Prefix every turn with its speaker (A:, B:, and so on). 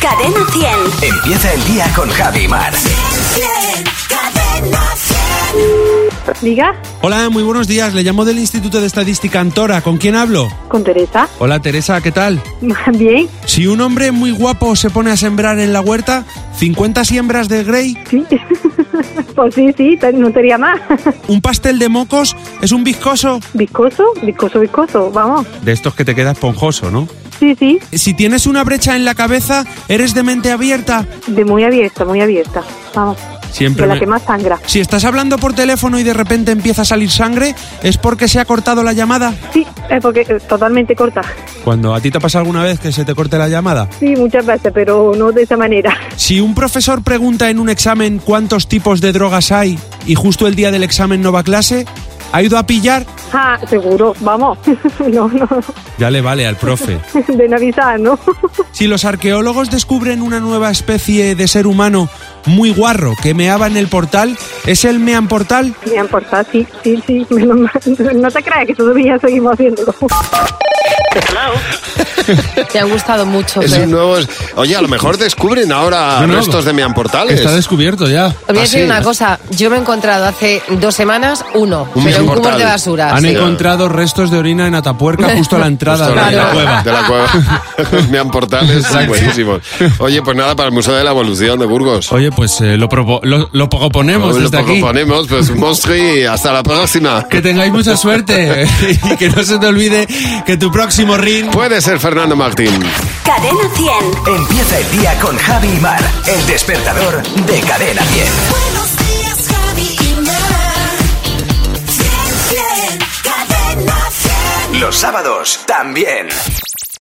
A: Cadena 100.
B: Empieza el día con Javi Mar.
A: Cadena 100.
C: Diga,
D: Hola, muy buenos días. Le llamo del Instituto de Estadística Antora. ¿Con quién hablo?
C: con Teresa.
D: Hola, Teresa, ¿qué tal?
C: Bien,
D: Si un hombre muy guapo se pone a sembrar en la huerta 50 siembras de Grey,
C: sí. pues sí, sí, te- no te diría más.
D: un pastel de mocos es un viscoso.
C: Viscoso, viscoso, viscoso, vamos.
D: De estos que te queda esponjoso, ¿no?
C: Sí, sí,
D: Si tienes una brecha en la cabeza, eres de mente abierta.
C: de muy abierta, muy abierta. Vamos.
D: Siempre
C: De la
D: me-
C: que más sangra.
D: Si estás hablando por teléfono y de repente empieza a salir sangre, es porque se ha cortado la llamada.
C: Sí, es porque eh, totalmente corta.
D: Cuando a ti te pasa alguna vez que se te corte la llamada.
C: Sí, muchas veces, pero no de esa manera.
D: Si un profesor pregunta en un examen cuántos tipos de drogas hay y justo el día del examen no va a clase, ¿ha ido a pillar?
C: Ah, seguro, vamos. no, no,
D: Ya le vale al profe.
C: de no avisar, ¿no?
D: Si los arqueólogos descubren una nueva especie de ser humano muy guarro que meaba en el portal, ¿es el mean portal?
C: Me han portado, pues, ah, sí, sí, sí. menos mal. No te creas que todavía seguimos haciéndolo.
E: Te ha gustado mucho.
F: Es
E: Fer.
F: un nuevo... Oye, a lo mejor descubren ahora
D: No, no.
F: restos de Mian Portales.
D: Está descubierto ya.
E: Os voy a
F: Ah,
E: decir
F: sí.
E: una cosa. Yo me he encontrado hace dos semanas uno,
F: Un
E: pero en
F: portal.
E: cubos de basura.
D: Han
E: sí.
D: encontrado restos de orina en Atapuerca justo a la entrada
F: Justo
D: de la cueva.
F: De la cueva. Mian Portales, son buenísimos. Oye, pues nada, para el Museo de la Evolución de Burgos.
D: Oye, pues eh, lo, propo- lo, lo proponemos
F: lo
D: desde aquí.
F: proponemos, pues Mostri, hasta la próxima.
D: Que tengáis mucha suerte y que no se te olvide que tu próximo ring
F: Puede ser Fernando Martín.
A: Cadena 100.
B: Empieza el día con Javi Mar. El despertador de Cadena 10.
A: Buenos días, Javi y Mar. Cadena 100.
B: Los sábados también.